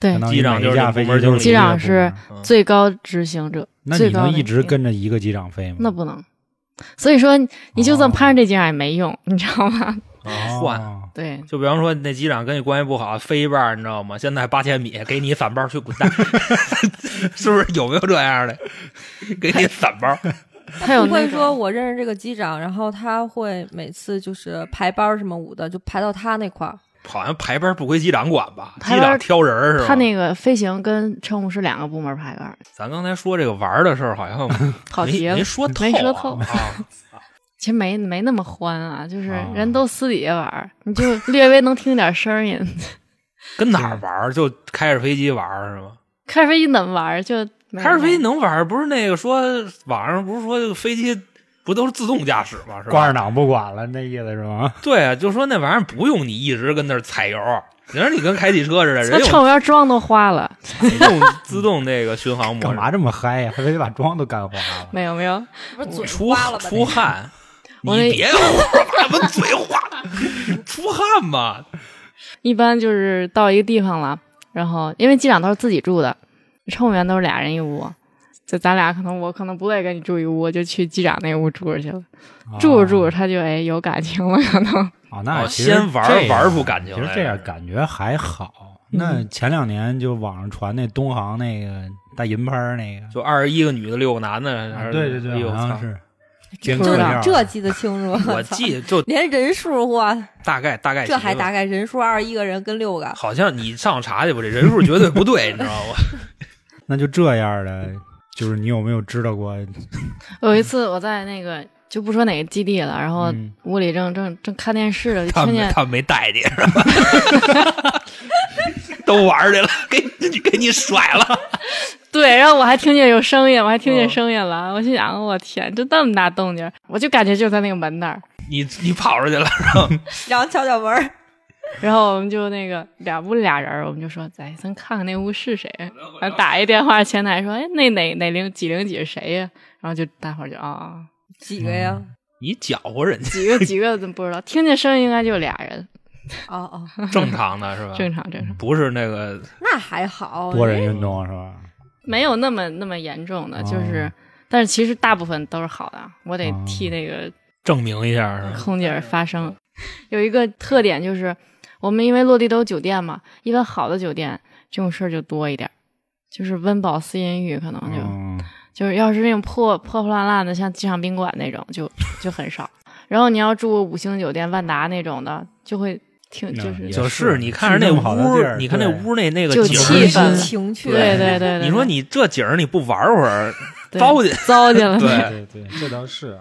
相对，当于机长每就一是架这飞部门机经都理是机一个长部是门儿嗯最高执行者，那最你高能的一直跟着一个机长飞吗？那不能。所以说，你就算哦攀着这机长也没用，你知道吗？ 啊，换。换对，就比方说，那机长跟你关系不好，飞一半儿，你知道吗？现在八千米，给你散包 去滚蛋，是不是？有没有这样的？给你散包，他有不那会说种我认识这个机长，然后他会每次就是排班儿什么舞的，就排到他那块儿。好像排班不归机长管吧？排机班长挑人儿是啊吧？他那个飞行跟乘务是两个部门排班，咱刚才说这个玩儿的事儿，好 像跑没题了没。说透、啊，没说透啊。其实没没那么欢啊，就是啊哦人都私底下玩儿，你就 略微能听点声音。 跟哪儿玩儿？就开着飞机玩儿是吗？开着飞机怎么玩儿？就没开着飞没机能玩儿？不是那个说网上不是说这个飞机不都是自动驾驶吗？是吧？挂着档不管了，那意思是吗？对啊，就说那玩意儿不用你一直跟那儿踩油，你说你跟开汽车似的，那人乘有务员妆都花了， 用自动那个巡航模 干式嘛，这么嗨呀？还非得把妆都干花了？没有没有，不是嘴出花了吧？出汗。我那你别我们嘴花， 出汗嘛，一般就是到一个地方了，然后因为机长都是自己住的，乘务员都是俩人一屋，就咱俩可能我可能不乐意跟你住一屋，我就去机长那屋住着去了。住着住着他就哎有感情了，可能啊，那哦其实先玩儿这样玩儿出感情其实来这了样感觉还好。嗯那前两年就网上传那东航那个大银牌儿那个，啊就二十一个女的，六个男的，还是对对哎对，呦好我像操是不编知个道料儿这记得清楚，我 操记就连人数哇，大概大概这还齐吧大概人数二十一个人跟六个，好像你上网查去吧，这人数绝对不对，你知道吗？那就这样的，就是你有没有知道过？ 哦有一次我在那个就不说哪个基地了，然后嗯屋里正正正看电视呢，就他听们见他们没带你是吧？ 都玩儿去了，给你给你甩了。对，然后我还听见有声音，我还听见嗯声音了，我心想我天，就那么大动静儿，我就感觉就在那个门那儿。你你跑出去了，然后敲敲门儿，然后我们就那个俩屋里俩人儿，我们就说，咱咱看看那屋是谁，然后打一电话前台说，哎，那哪哪零几零几是谁呀、然后就大伙儿就啊、啊几个呀？你搅和人家，几个几个怎么不知道？听见声音应该就俩人，哦哦，正常的是吧？正常正常，不是那个那还哦好，多哎人运动是吧？没有那么那么严重的，哦就是，但是其实大部分都是好的，我得哦替那个证明一下是吧？空姐儿发声。有一个特点就是，我们因为落地都有酒店嘛，一般好的酒店这种事儿就多一点儿，就是温饱思淫欲可能就。嗯，就是要是那种破破破烂烂的，像机场宾馆那种，就就很少。然后你要住五星酒店、万达那种的，就会挺那就是也就是是你看着那去这么好的屋地，儿你看那对屋那那个就景儿气氛情趣，对对对对，你说你这景儿你不玩会儿，对糟践糟践了，对对对，这倒是啊。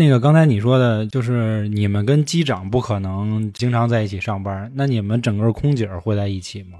那个刚才你说的，就是你们跟机长不可能经常在一起上班，那你们整个空姐儿会在一起吗？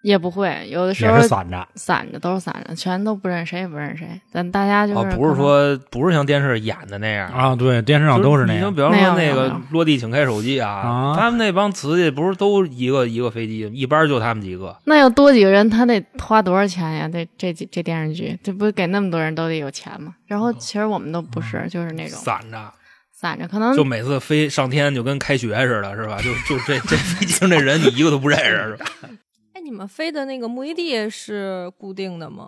也不会，有的时也候是散着，散着都是散着，全都不认识，谁也不认识谁。咱大家就是、哦，不是说不是像电视演的那样。啊，对，电视就上都是那你像样比方说没那有没有个没有落地请开手机啊啊，他们那帮瓷器不是都一个一个飞机，一班就他们几个，那要多几个人，他得花多少钱呀？这这这电视剧，这不给那么多人都得有钱吗？然后其实我们都不是，就是那种哦嗯散着，散着，可能就每次飞上天就跟开学似的，是吧？就就这这飞机上这人你一个都不认识，是吧？ 哎，你们飞的那个目的地是固定的吗？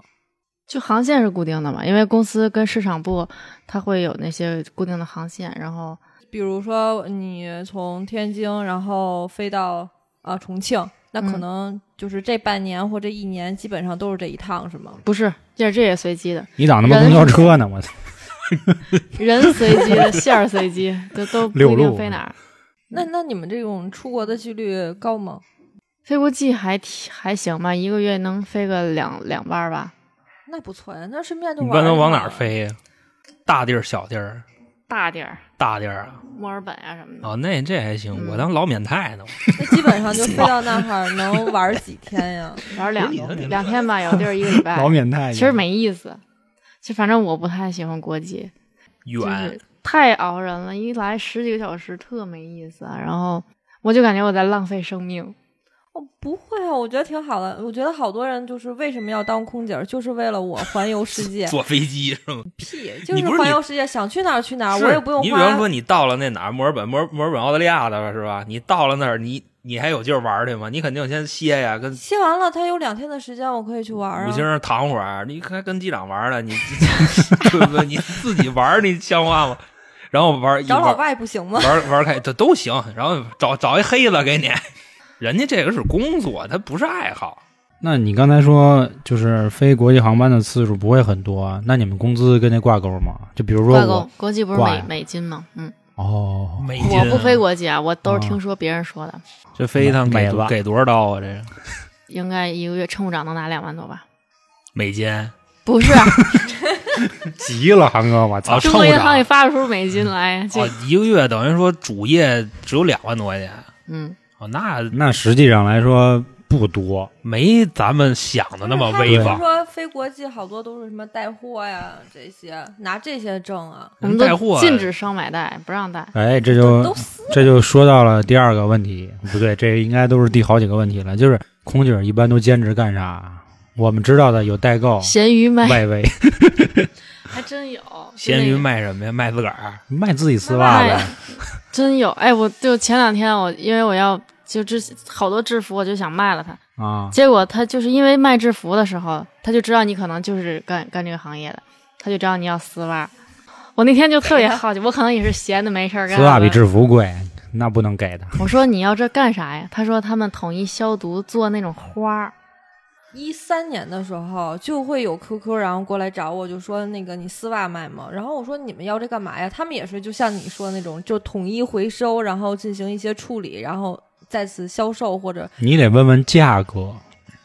就航线是固定的嘛，因为公司跟市场部它会有那些固定的航线，然后比如说你从天津，然后飞到呃重庆，那可嗯能就是这半年或这一年基本上都是这一趟，是吗？不是这这也随机的，你咋他妈公交车呢？我操！人随机的，线儿随机，都都不一六定路嗯飞哪儿。那那你们这种出国的几率高吗？飞国际还挺还行吧，一个月能飞个两两班儿吧，那不错呀，那顺便就你不玩儿能往嘛哪儿？飞呀？大地儿小地儿，大点儿，大地儿啊，墨尔本啊什么的。哦，那这还行，嗯我当老缅泰呢。那基 本上就飞到那儿能玩儿几天呀？ 玩儿两你说你两天吧，有地儿一个礼拜老，缅泰哎其实没意思。就反正我不太喜欢国际，就远。是，太熬人了，一来十几个小时特没意思啊，然后我就感觉我在浪费生命。哦，不会啊，我觉得挺好的。我觉得好多人就是为什么要当空姐儿，就是为了我环游世界坐飞机是吗？屁，就你是不是环你游世界，想去哪儿去啊哪儿，是我也不用你比花方说你到了那哪儿，墨尔本、墨尔墨尔本、澳大利亚的是吧？你到了那儿，你你还有劲儿玩儿去吗？你肯定先歇呀，跟歇完了，他有两天的时间，我可以去玩儿五啊星。上躺会儿，你还跟机长玩儿呢，你对 不对？你自己玩儿，你像话吗？然后玩儿一找玩老儿外不行吗？玩玩开这都行，然后找找一黑子给你，人家这个是工作，他不是爱好。那你刚才说就是飞国际航班的次数不会很多，啊那你们工资跟那挂钩吗？就比如说挂我钩国际不是挂美呀美金吗？嗯，哦，美我不飞国际啊，我都是啊听说别人说的，这飞一趟美给了给多少刀啊？这个应该一个月乘务长能拿两万多吧？美金啊，不是，急了，韩哥，我操！乘中务国银行长也发不出美金来，这、哦，一个月等于说主业只有两万多块钱嗯，哦，那那实际上来说不多，没咱们想的那么啊不是威他风不。是说飞国际好多都是什么带货呀，这些拿这些挣啊，我们带货都啊禁止商买贷，不让贷。哎，这都嗯就撕这就说到了第二个问题，不对，这应该都是第好几个问题了。就是空姐一般都兼职干啥？我们知道的有代购、咸鱼卖外围、 还真有，就咸那鱼个卖什么呀？卖自个儿啊卖自己丝袜卖呗，真有。哎，我就前两天我因为我要就之好多制服我就想卖了它，啊，结果他就是因为卖制服的时候，他就知道你可能就是干干这个行业的，他就知道你要丝袜。我那天就特别好奇，我可能也是闲啊的没事儿干。丝袜比制服贵，那不能给的。我说你要这干啥呀？他说他们统一消毒做那种花儿，啊一三年的时候就会有 QQ，然后过来找我，就说那个你丝袜卖吗？然后我说你们要这干嘛呀？他们也是就像你说的那种，就统一回收，然后进行一些处理，然后再次销售或者你得问问价格，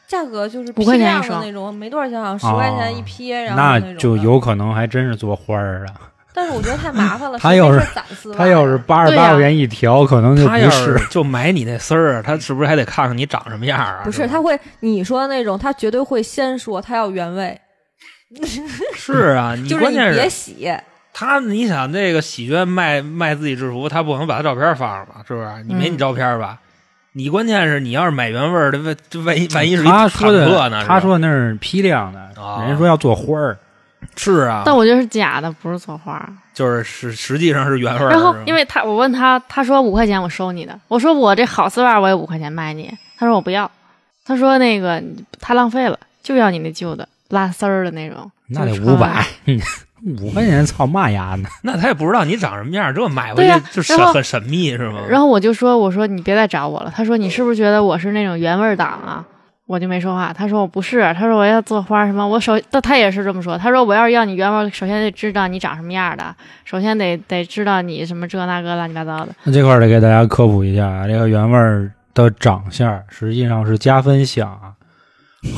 价格就是5批块钱量一双的那种，没多少钱，好像十块钱一哦批，然后那种的就。有可能还真是做花儿啊。但是我觉得太麻烦了，他谁要没是事攒丝袜呀，他要是八十对呀八块钱一条，可能就他要不是是就买你那丝儿，他是不是还得看看你长什么样啊？不是吧他会你说的那种，他绝对会先说他要原味， 是啊，你就是关你键别是洗，他，你想这个喜鹊卖卖自己制服，他不可能把他照片放上吧？是不是？你嗯没你照片吧？你关键是你要是买原味儿的，万这万一万一是一他说坦克的呢？，是吧他说那是批量的，啊人家说要做花儿，是啊，但我觉得是假的，不是做花儿。就是是实际上是原味儿。然后是吧因为他，我问他，他说五块钱我收你的，我说我这好丝袜我也五块钱卖你，他说我不要，他说那个太浪费了，就要你那旧的拉丝儿的那种，那得就是五穿百， 五块钱操嘛呀呢？那他也不知道你长什么样，这买回对呀啊去就神然后很神秘是吗？然后我就说：“我说你别再找我了。”他说：“你是不是觉得我是那种原味儿党啊？”我就没说话。他说：“我不是。”他说：“我要做花儿什么？我首……但他也是这么说。他说：‘我要是要你原味儿，首先得知道你长什么样儿的，首先得得知道你什么这那个乱七八糟的。那这块儿得给大家科普一下啊，这个原味儿的长相实际上是加分项啊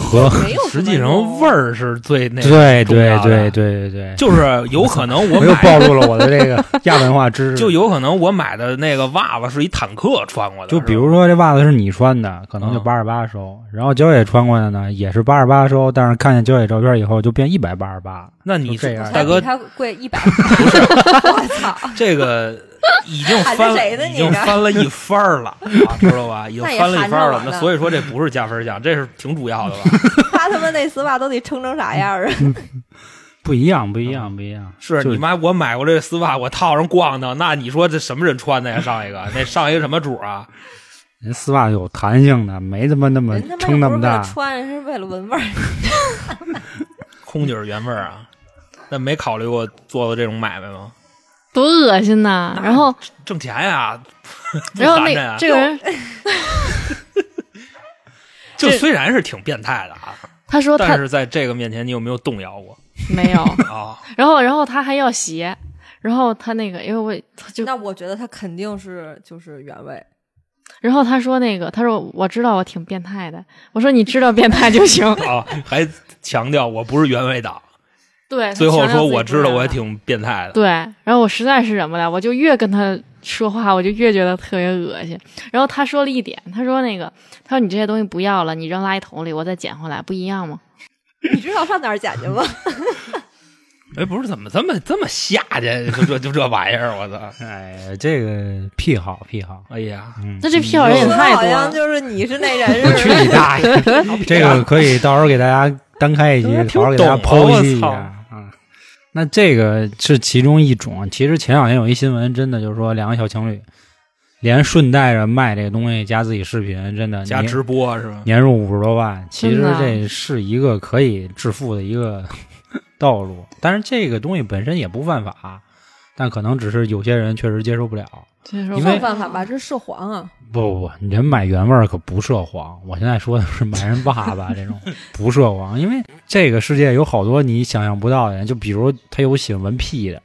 和没有什实么际上用味儿是最哎那个对重对要对的对对对，就是有可能我我又买暴露了我的这个亚文化知识。 就有可能我买的那个袜子是一坦克穿过的，就比是吧如说这袜子是你穿的，可能就嗯八十八收，然后焦野穿过的呢也是八十八收，但是看见焦野照片以后就变一百八十八，那你就这样大我 哥才比他贵一百， 我操！这个已经喊翻着谁呢已你经这翻了一番儿了，啊知道吧？已经那也翻了一番儿了含。着我呢那所以说这不是加分项，这是挺主要的吧？ 他他妈那丝袜都得撑成啥嗯样儿啊？不一样，不一样，不一样。是就你妈，我买过这丝袜，我套上逛荡，那你说这什么人穿的呀？上一个那上一个什么主啊？人丝袜有弹性的，没他妈那么人他妈撑那又不么是为了大。穿，是为了闻味儿。空姐儿原味儿啊？那没考虑过做做这种买卖吗？’多恶心呐、然后，挣钱呀，不然后寒碜那呀这个人就这虽然是挺变态的啊，他说但他是在这个面前，你有没有动摇过没有，啊？然后然后他还要鞋，然后他那个因为我他就 那我觉得他肯定是就是原味。然后他说那个他说我知道我挺变态的，我说你知道变态就行。 啊，还强调我不是原味党，对，他最后强调说自己我不知道是我也的挺变态的。对，然后我实在是忍不了，我就越跟他说话，我就越觉得特别恶心。然后他说了一点，他说那个，他说你这些东西不要了，你扔垃圾桶里，我再捡回来，不一样吗？你知道上哪儿捡 去吗？哎，不是怎么这么这么下去？就这就这玩意儿，我操！哎呀，这个癖好癖好，哎呀，嗯，那这票人也说太好多像了。就是你是那 人我似去的。你大爷！这个可以到时候给大家单开一集，啊好好给大家剖析一挺懂下啊嗯，那这个是其中一种。其实前两天有一新闻，真的就是说两个小情侣连顺带着卖这个东西加自己视频，真的 加年直播是吧？年入五十多万，其真实的啊这是一个可以致富的一个 道路。但是这个东西本身也不犯法，但可能只是有些人确实接受不了。就是因我为没办法吧，这是黄啊！不不不，人买原味儿可不涉黄。我现在说的是买人爸爸这 种不涉黄，因为这个世界有好多你想象不到的人，就比如他有喜欢闻屁的，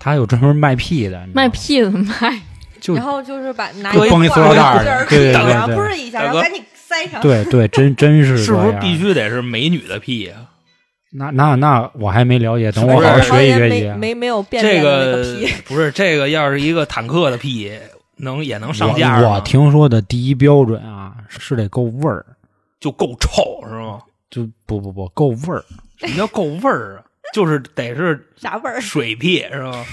他有专门卖屁的，你知道吗卖，屁怎么卖？就然后就是把拿搁一罐绷一塑料袋儿儿对对对对然后嘣儿一下，大然哥后赶紧塞上。对对，真真是是不这是样必？须得是美女的屁呀？那那那我还没了解，等是我不好好是然后学习也学没习。啊没没有变这脸的那个个皮，不是这个，要是一个坦克的屁，能也能上架我吗我听说的第一标准啊，是得够味儿，就够臭是吗？就不不不够味儿，什么叫够味儿啊？就是得是 啥味儿？水屁是吧？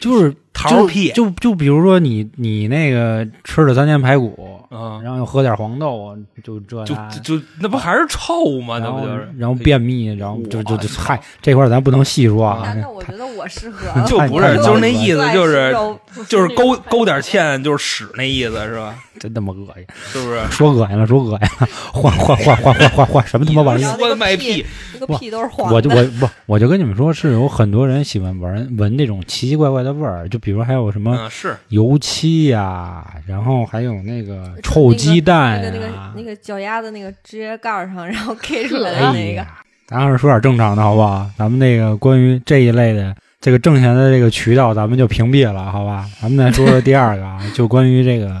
就是桃儿屁就就比如说你你那个吃了三天排骨，啊，然后又喝点黄豆，就这就那就就那不还是臭吗？那然不后就是然后便秘，然后就就我就操嗨，这块儿咱不能细说啊那。那我觉得我适 合，就不太是太就是那意思就是是就是勾勾点芡就是屎那意思是吧？真他妈恶心，是不是？说恶心了，说恶心了， 换换换换换换换什么他妈玩意你儿！说的卖屁，那个哇屁都是黄的，我就我不我就跟你们说，是有很多人喜欢闻闻那种奇奇怪怪的味儿，就比如还有什么嗯，是油漆呀、然后还有那个就臭鸡蛋呃那个那个啊呀、那个脚丫子那个指甲盖儿上，然后 K 出来的哎那个，呀，咱还是说点正常的好不好？咱们那个关于这一类的这个挣钱的这个渠道，咱们就屏蔽了，好吧？咱们再说说第二个 啊，就关于这个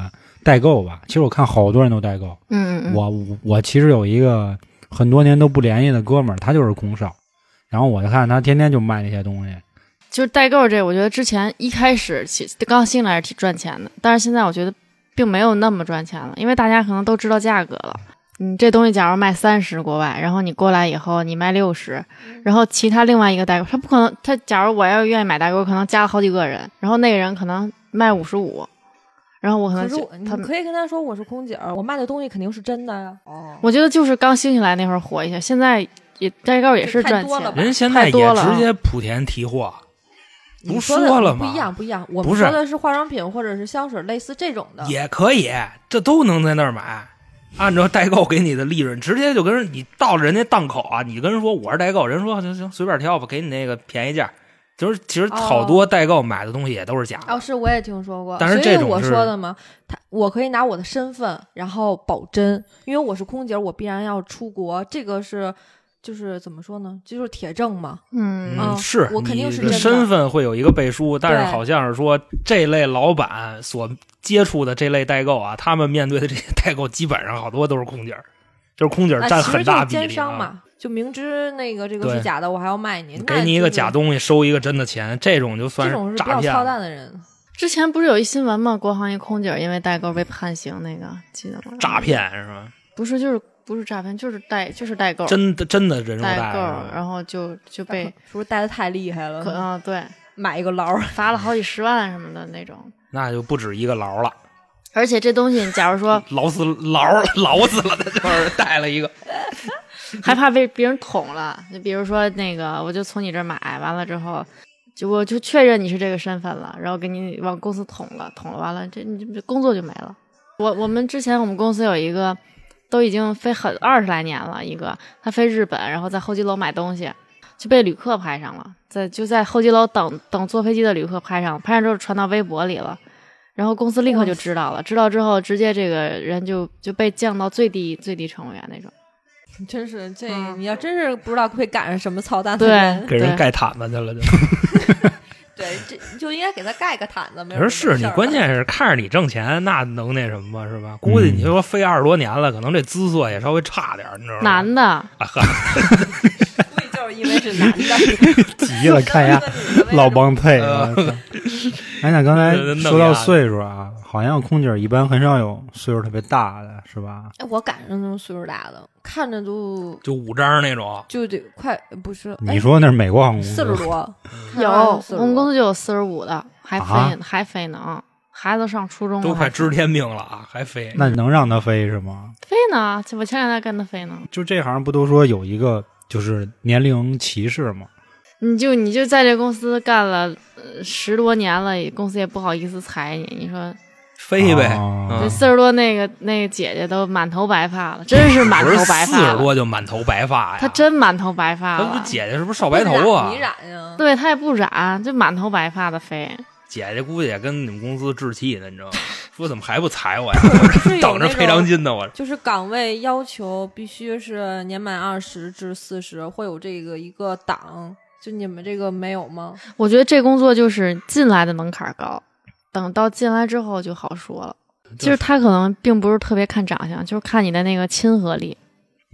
代购吧。其实我看好多人都代购，嗯嗯，嗯我我我其实有一个很多年都不联系的哥们儿，他就是空少，然后我就看他天天就卖那些东 西，就是代购这，我觉得之前一开始起刚进来是挺赚钱的，但是现在我觉得并没有那么赚钱了，因为大家可能都知道价格了。你这东西假如卖三十国外，然后你过来以后你卖六十，嗯然后其他另外一个代购，他不可能，他假如我要愿意买代购，可能加了好几个人，然后那个人可能卖五十五，然后我可能可是就我他你可以跟他说我是空姐儿，我卖的东西肯定是真的呀。哦，我觉得就是刚兴起来那会儿火一下，现在也代购也是赚就太多了钱吧，人现在太多也了啊直接莆田提货，你不说的了不一样吗？不一样，我不们是说的是化妆品或者是香水，类似这种嗯的。也可以，这都能在那儿买。按照代购给你的利润，直接就跟人你到人家档口啊，你跟人说我是代购，人说行行随便挑吧，给你那个便宜价。就是其实哦好多代购买的东西也都是假的，哦，是我也听说过，但是所以这种我是说的嘛，他我可以拿我的身份，然后保真，因为我是空姐儿，我必然要出国，这个是就是怎么说呢，这就是铁证嘛。嗯嗯，哦是我肯定你是的真的身份会有一个背书，但是对好像是说这类老板所接触的这类代购啊，他们面对的这些代购基本上好多都是空姐儿， 就是空姐儿那占其实很就大是比例、啊。奸商嘛，就明知那个这个对是假的，我还要卖你，那给你一个就是假东西，收一个真的钱，这种就算这种是比诈较骗操了。蛋的 人。之前不是有一新闻吗？国航一空姐因为代购被判刑，那个记得吗？诈骗是吧？不是，就是不是诈骗，就是代就是代购，真的真的人肉代贷购是，吧然后就就被 是不是带的太厉害可了？啊、对买一个劳儿， 罚了好几十万什么的那种。那就不止一个牢了， 而且这东西，假如说牢死牢了，牢死了，他就是带了一个。还怕被别人捅了，就比如说那个，我就从你这儿买完了之后，就我就确认你是这个身份了，然后给你往公司捅了，捅了完了，这你这工作就没了。我我们之前我们公司有一个都已经飞很二十来年了，一个他飞日本，然后在候机楼买东西，就被旅客拍上了，在就在候机楼等等坐飞机的旅客拍上，拍上之后传到微博里了，然后公司立刻就知道了，知道之后直接这个人就就被降到最低最低乘务员那种。真是这嗯你要真是不知道会赶上什么操蛋的对人， 给人对盖毯子去了，就。对，这就应该给他盖个毯子。没可有是是什你么事儿关了键是看着你挣钱，那能那什么吗？是吧？估嗯计你说飞二十多年了，可能这姿色也稍微差点儿，你知道吗？男的，啊呵估计 就是因为是男 的，急了看 呀， 老帮配。呃我操 哎，那刚 才说到岁数啊，好像空姐儿一般很少有岁数特别大的，是吧？哎，我赶上那种岁数大的，看着都就五张那种，就得快，不是哎哎你说那是美国航空四十多，嗯有，我们公司司就有四十五的，还飞、啊还飞呢，啊！孩子上初中了都快还知天命了啊，还飞。那能让他飞是吗？飞呢，啊我前两天跟他飞呢。就这行不都说有一个就是年龄歧视吗？你就你就在这公司干了、呃十多年了，公司也不好意思裁你。你啊说飞呗，哦嗯这四十多那个那个姐姐都满头白发了，真是满头白四发十了。多就满头白发呀，她真啊满头白发那不了，姐姐是不是少白头啊你？染呀？对她也不染，就满头白发的飞。姐姐估计也跟你们公司置气呢，你知道吗？说怎么还不裁我呀？是 有等着那赔偿种金呢，我就是岗位要求必须是年满二十至四十，会有这个一个档。就你们这个没有吗？我觉得这工作就是进来的门槛高，等到进来之后就好说了。就是他可能并不是特别看长相，就是看你的那个亲和力。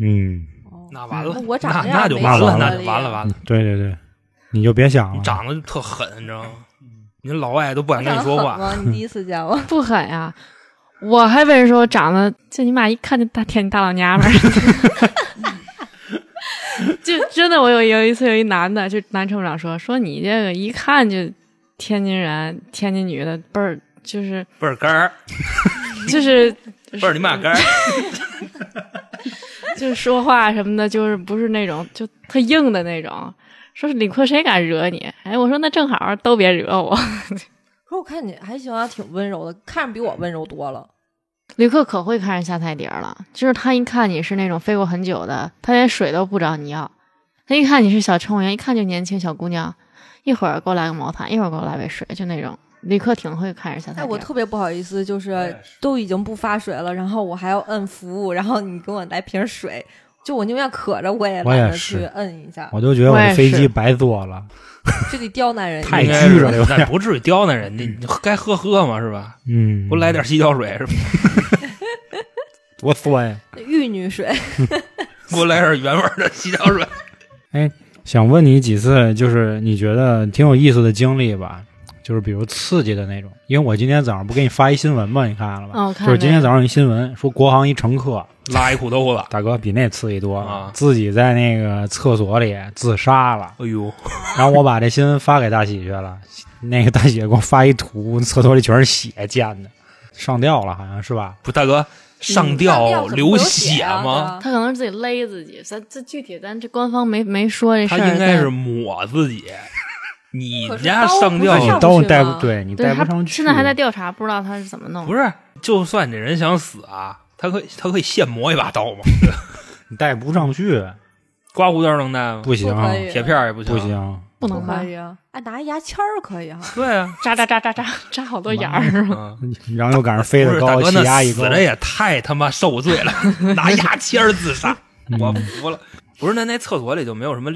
嗯，哦那完了，那我长那这样那就没完了，意思那了就完了完了，嗯对对对，你就别想你了。长得特狠，你知道吗？您老外都不我敢跟长你得说狠话，吗？你第一次见我， 不狠呀、我还被人说我长得，就你妈一看就大天津大老娘们儿。 就真的，我有有一次有一男的，就男乘务长说说你这个一看就天津人、天津女的倍儿 就是倍儿干儿，就是倍儿你妈干儿，就是说话什么的，就是不是那种就特硬的那种。说是李逵谁敢惹你？哎，我说那正好都别惹我。说我看你还行啊，挺温柔的，看着比我温柔多了。旅客可会看人下菜碟儿了，就是他一看你是那种飞过很久的，他连水都不找你要，他一看你是小乘务员，一看就年轻小姑娘，一会儿给我来个毛毯，一会儿给我来杯水，就那种旅客挺会看人下菜碟哎，儿。我特别不好意思，就是也都已经不发水了，然后我还要摁服务，然后你给我来瓶水，就我宁愿渴着我也我也懒得是去摁一下，我就觉得我我也的是飞机白坐了。就得刁难人家。太应该拘着了有是点那不至于刁难人家，你该喝喝嘛，是吧？嗯，不来点洗脚水，是吧？多酸呀！玉女水，给我来点原味儿的洗脚 水。想问你几次，就是你觉得挺有意思的经历吧？就是比如刺激的那种，因为我今天早上不给你发一新闻吗？你看了吗？嗯，我看哦就是今那天个早上有一新闻说国航一乘客，拉一裤兜子。大哥比那刺激多了，啊自己在那个厕所里自杀了。哎呦，然后我把这新闻发给大喜去了，那个大喜给我发一图，厕所里全是血溅的，上吊了好像是吧？不，大嗯哥，上吊流血吗？啊？他可能是自己勒自己，咱这具体咱这官方没没说嗯这事他儿，应该但是抹自己。你可是家哦上刀不吊上都去带吗不对你对带不他上去。现在还在调查，不知道他是怎么弄的。不是？就算这人想死啊，他可以他可以现磨一把刀吗？你带不上去，刮胡刀能戴吗？不行不可以铁片儿也不行。不。行，不不能吧可？以啊！哎，拿牙签儿可以哈、对啊，扎扎扎扎扎扎好多眼儿，嗯然后又赶上飞不得是大高，哥，气压那一死高，的也太他妈受罪了，拿牙签儿 自杀，嗯我服了。不是，那那厕所里就没有什么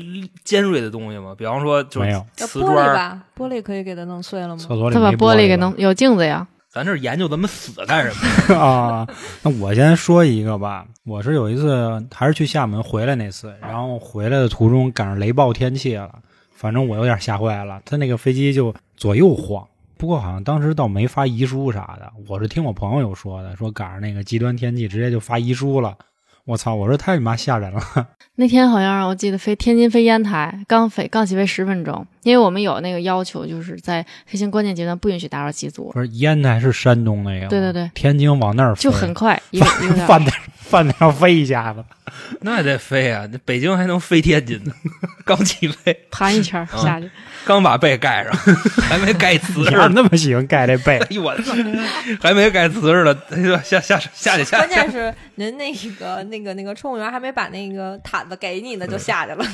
尖锐的东西吗？比方说，就没是有要瓷玻砖璃儿，吧，玻璃可以给它弄碎了吗厕？所里 他把没玻璃璃了给弄有镜子呀。咱这是研究咱们死干什 么？啊，那我先说一个吧。我是有一次还是去厦门回来那次，然后回来的途中赶上雷暴天气了，反正我有点吓坏了。他那个飞机就左右晃，不过好像当时倒没发遗书啥的。我是听我朋友有说的，说赶上那个极端天气直接就发遗书了。我操！我说太你妈吓人了。那天好像我记得飞天津飞烟台，刚飞刚起飞十分钟，因为我们有那个要求，就是在飞行关键阶段不允许打扰机组，不是烟台是山东那个吗，对对对天津往那儿飞就很快一个一个小 饭时。点饭点上飞一下 子。那得飞啊！这北京还能飞天津呢， 刚起飞，盘一圈儿下去，刚把被盖上，还没盖 瓷你实要呢。那么喜欢盖这被哎，呦我操，还没盖瓷实呢，哎呦下下下去下关去。键是人那个那个那个乘务员还没把那个毯子给你呢，就下去了。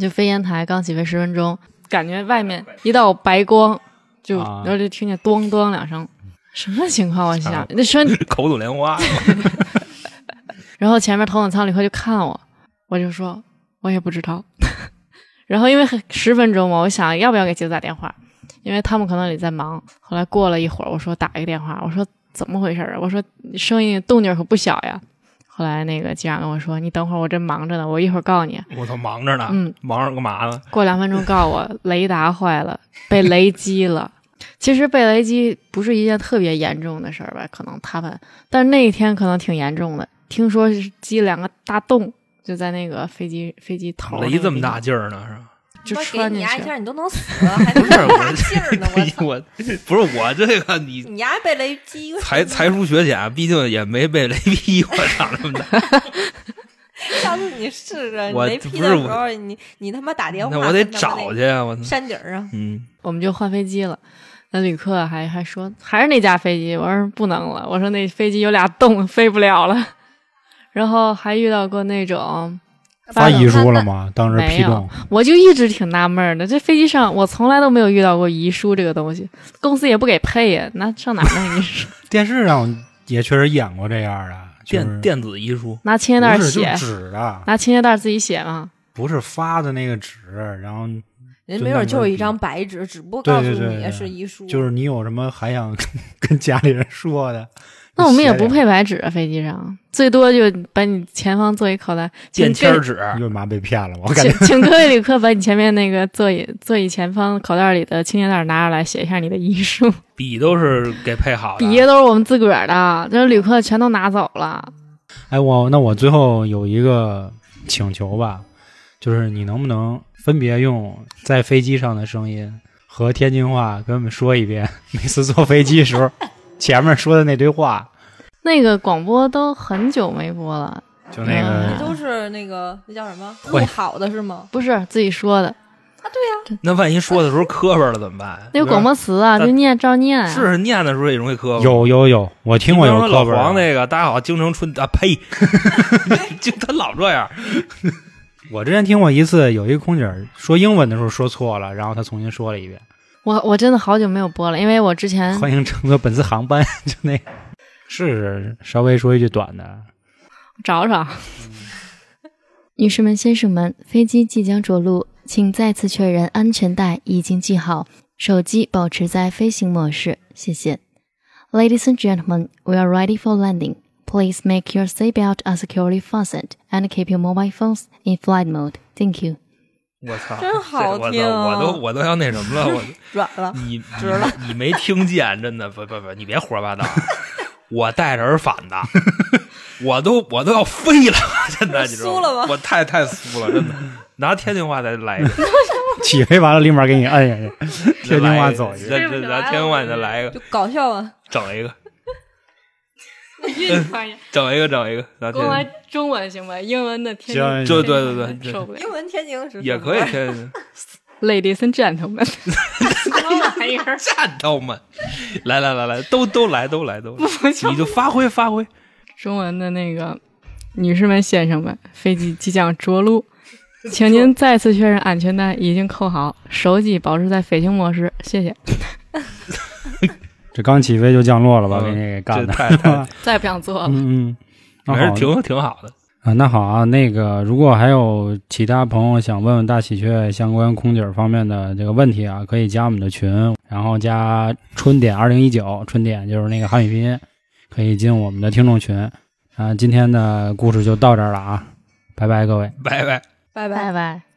就飞烟台刚起飞十分钟，感觉外面一道白光，就啊然后就听见咚咚两声，什么情况？我啊想那说口吐莲花，然后前面头等舱旅客就看我，我就说我也不知道。 然后因为很十分钟嘛，我想要不要给机组打电话，因为他们可能也在忙。后来过了一会儿，我说打一个电话，我说怎么回事啊？我说声音动静可不小呀。后来那个机长跟我说：“你等会儿，我这忙着呢，我一会儿告诉你。我操，忙着呢，嗯忙着干嘛呢？”过两分钟告我雷达坏了，被雷击了。其实被雷击不是一件特别严重的事儿吧？可能他们，但是那一天可能挺严重的。听说是击两个大洞，就在那个飞机飞机头儿那个雷地方。这么大劲儿呢，是吧？就说给穿你进牙去签了。儿，你都 能死了，还能不是大劲儿呢！我 操，我，我不是我这个你你牙被雷 击，才才疏学浅，毕竟也没被雷劈过，长这么大，上次你试试，你我雷劈不的是时我候，你你他妈打电话，那我得找去去啊！我操，山顶儿啊，嗯，我们就换飞机了。那旅客还还说还是那架飞机，我说不能了，我说那飞机有俩洞，飞不了了。 然后还遇到过那种发遗冷书餐了的？吗？当时没批有动，我就一直挺纳闷儿的，这飞机上我从来都没有遇到过遗书这个东西，公司也不给配呀，那上哪儿弄遗书？电视上也确实演过这样的，就电是电子遗书，拿清洁袋儿不是就写，纸的，拿清洁袋儿自己写嘛。不是发的那个纸，然后人就那没准门就是儿一比张白纸，只不过对告诉对对你对是遗书，就是你有什么还想 跟跟家里人说的，那我们也写不两配白纸啊，飞机上最多就把你前方座椅口袋便请签各儿纸，个，又妈被骗了，我感请觉 请各位旅客把你前面那个座椅座椅前方口袋里的清洁袋拿出来，写一下你的遗书。笔都是给配好的，笔都是我们自个儿的，这旅客全都拿走了。哎，我那我最后有一个请求吧，就是你能不能分别用在飞机上的声音和天津话跟我们说一遍，每次坐飞机时候前面说的那堆话，那个广播都很久没播了，就那你个都是那个那叫什 么会录好的是吗？不是自己说的，啊，对呀、那万一说的时候磕巴了怎么办？那个广播词啊，那就念照念啊。是念的时候也容易磕巴。有有有，我听过比有方说课老本儿黄，那个，大家好，京城春啊，呸，就他老这样，我之前听过一次，有一个空姐儿说英文的时候说错了，然后她重新说了一遍我我真的好久没有播了，因为我之“前欢迎乘坐本次航班”，就那个是 是稍微说一句短的，找找。女士们、先生们，飞机即将着陆，请再次确认安全带已经系好，手机保持在飞行模式，谢谢。Ladies and gentlemen, we are ready for landing. Please make your seatbelt and securely fastened, and keep your mobile phones in flight mode. Thank you. 我操，真好这听我啊操我都我都要那什么了，我。软了 你你你没听见，真的不不不，你别胡说八道，我戴着耳返 的，我都我都要飞了，真的，你知道酥了吗我太太酥了，真的，拿天津话再来一个， 起飞完了立马给你摁下去，再 天津来话一个走一遍。再再拿天津话你再来一个，就搞笑啊！整一 个，整一个，整一个，拿天津，中文行吧，英文的天行，对对对对对，不英文天津是什么也可以，天津。 Ladies and gentlemen，什么玩意儿？战斗们，来来来来，都都来都来都来，你就发挥发挥。中文的那个 女士们、先生们，飞机即将着 陆，请您再次确认安全带已经扣好，手机保持在飞行模式，谢谢。这刚起飞就降落了吧？给嗯你给干这的，太太，再也不想做了。嗯嗯， 那还好是挺挺好的。啊，那好啊，那个如果还有其他朋友想问问大喜鹊相关空姐方面的这个问题啊，可以加我们的群，然后加春点二零一九，春点就是那个汉语拼音，可以进我们的听众群。啊，今天的故事就到这儿了啊，拜拜各位。拜拜。 拜拜拜。拜。